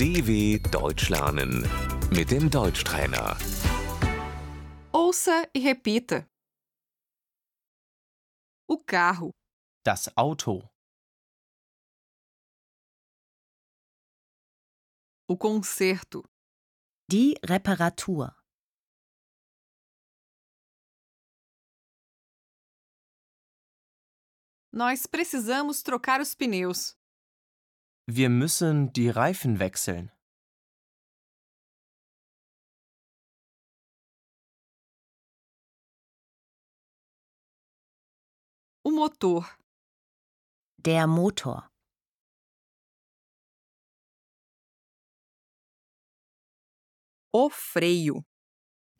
DW Deutsch lernen mit dem Deutschtrainer. Ouça e repita. O carro, Das Auto, o conserto, Die Reparatur. nós precisamos trocar os pneus, wir müssen die Reifen wechseln, o motor, Der Motor. o freio,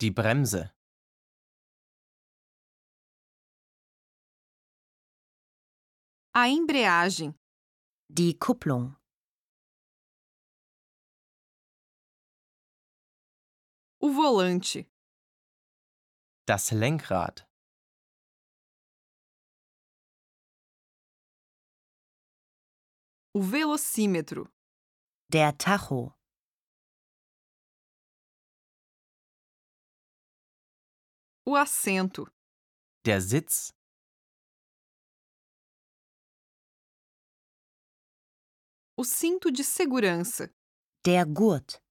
die Bremse, a embreagem, Die Kupplung. o volante, das Lenkrad, o velocímetro, Der Tacho. o assento, der Sitz, o cinto de segurança, Der Gurt.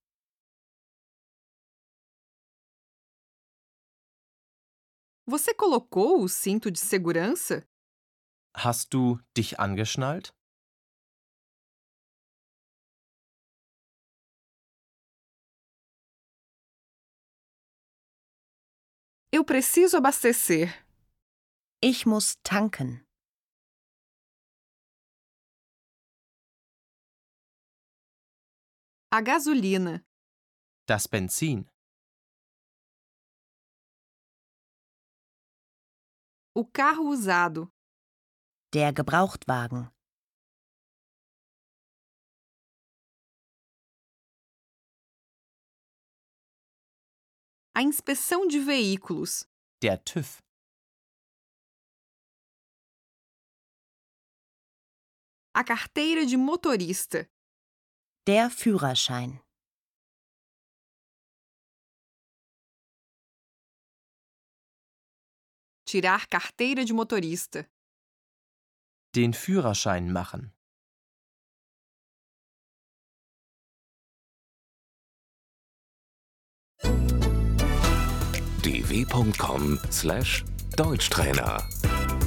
Você colocou o cinto de segurança? hast du dich angeschnallt? Eu preciso abastecer. Ich muss tanken. A gasolina, Das Benzin, o carro usado, Der Gebrauchtwagen. a inspeção de veículos, der TÜV, a carteira de motorista, Der Führerschein. tirar carteira de motorista, den Führerschein machen. dw.com/deutschtrainer